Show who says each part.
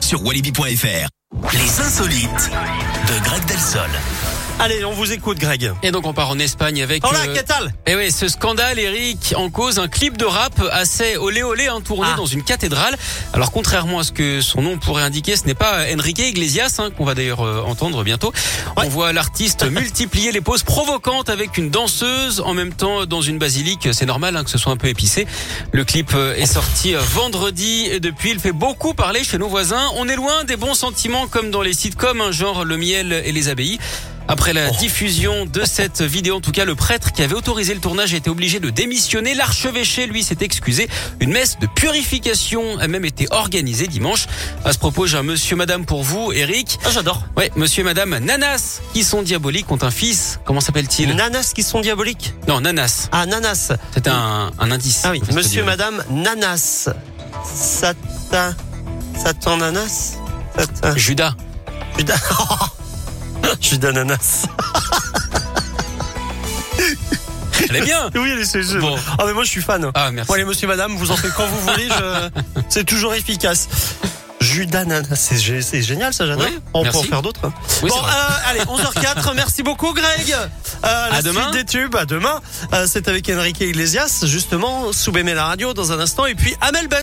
Speaker 1: sur walibi.fr. Les insolites de Greg Delsol.
Speaker 2: Allez, on vous écoute, Greg.
Speaker 3: Et donc on part en Espagne avec.
Speaker 2: Oh là,
Speaker 3: euh,
Speaker 2: qu'est-ce tal
Speaker 3: eh ouais, ce scandale, Eric, en cause un clip de rap assez olé olé hein, tourné
Speaker 2: Ah.
Speaker 3: dans une cathédrale. Alors contrairement à ce que son nom pourrait indiquer, ce n'est pas Enrique Iglesias hein, qu'on va d'ailleurs euh, entendre bientôt.
Speaker 2: Ouais.
Speaker 3: On voit l'artiste multiplier les poses provocantes avec une danseuse en même temps dans une basilique. C'est normal hein, que ce soit un peu épicé. Le clip euh, est sorti euh, vendredi et depuis il fait beaucoup parler chez nos voisins. On est loin des bons sentiments comme dans les sitcoms, hein, genre le miel et les abbayes. Après la diffusion de cette vidéo, en tout cas, le prêtre qui avait autorisé le tournage a été obligé de démissionner. L'archevêché, lui, s'est excusé. Une messe de purification a même été organisée dimanche. À ce propos, j'ai un monsieur, madame pour vous, Eric.
Speaker 2: Ah, j'adore.
Speaker 3: Ouais, monsieur et madame Nanas, qui sont diaboliques, ont un fils. Comment s'appelle-t-il
Speaker 2: Nanas qui sont diaboliques.
Speaker 3: Non, Nanas.
Speaker 2: Ah, nanas.
Speaker 3: C'est un, un indice.
Speaker 2: Ah oui,
Speaker 3: En fait, c'est
Speaker 2: monsieur,
Speaker 3: diabolique.
Speaker 2: madame, nanas. Satan. Satan, nanas Satan.
Speaker 3: Judas.
Speaker 2: Judas. Judas, nanas.
Speaker 3: Elle est bien
Speaker 2: Oui, allez, c'est
Speaker 3: Bon.
Speaker 2: Ah, mais moi, je suis fan.
Speaker 3: Ah, merci.
Speaker 2: Bon, allez, monsieur, madame, vous en faites quand vous voulez. je- C'est toujours efficace. Judas, nanas. C'est gé- c'est génial, ça, j'adore.
Speaker 3: Oui,
Speaker 2: on peut en
Speaker 3: merci.
Speaker 2: faire d'autres.
Speaker 3: Oui,
Speaker 2: bon,
Speaker 3: c'est vrai.
Speaker 2: euh, allez, 11h04, merci beaucoup Greg. Euh, la
Speaker 3: À demain.
Speaker 2: suite des bah, tubes, à demain. Euh, c'est avec Enrique Iglesias, justement, sous la radio dans un instant. Et puis Amel Ben.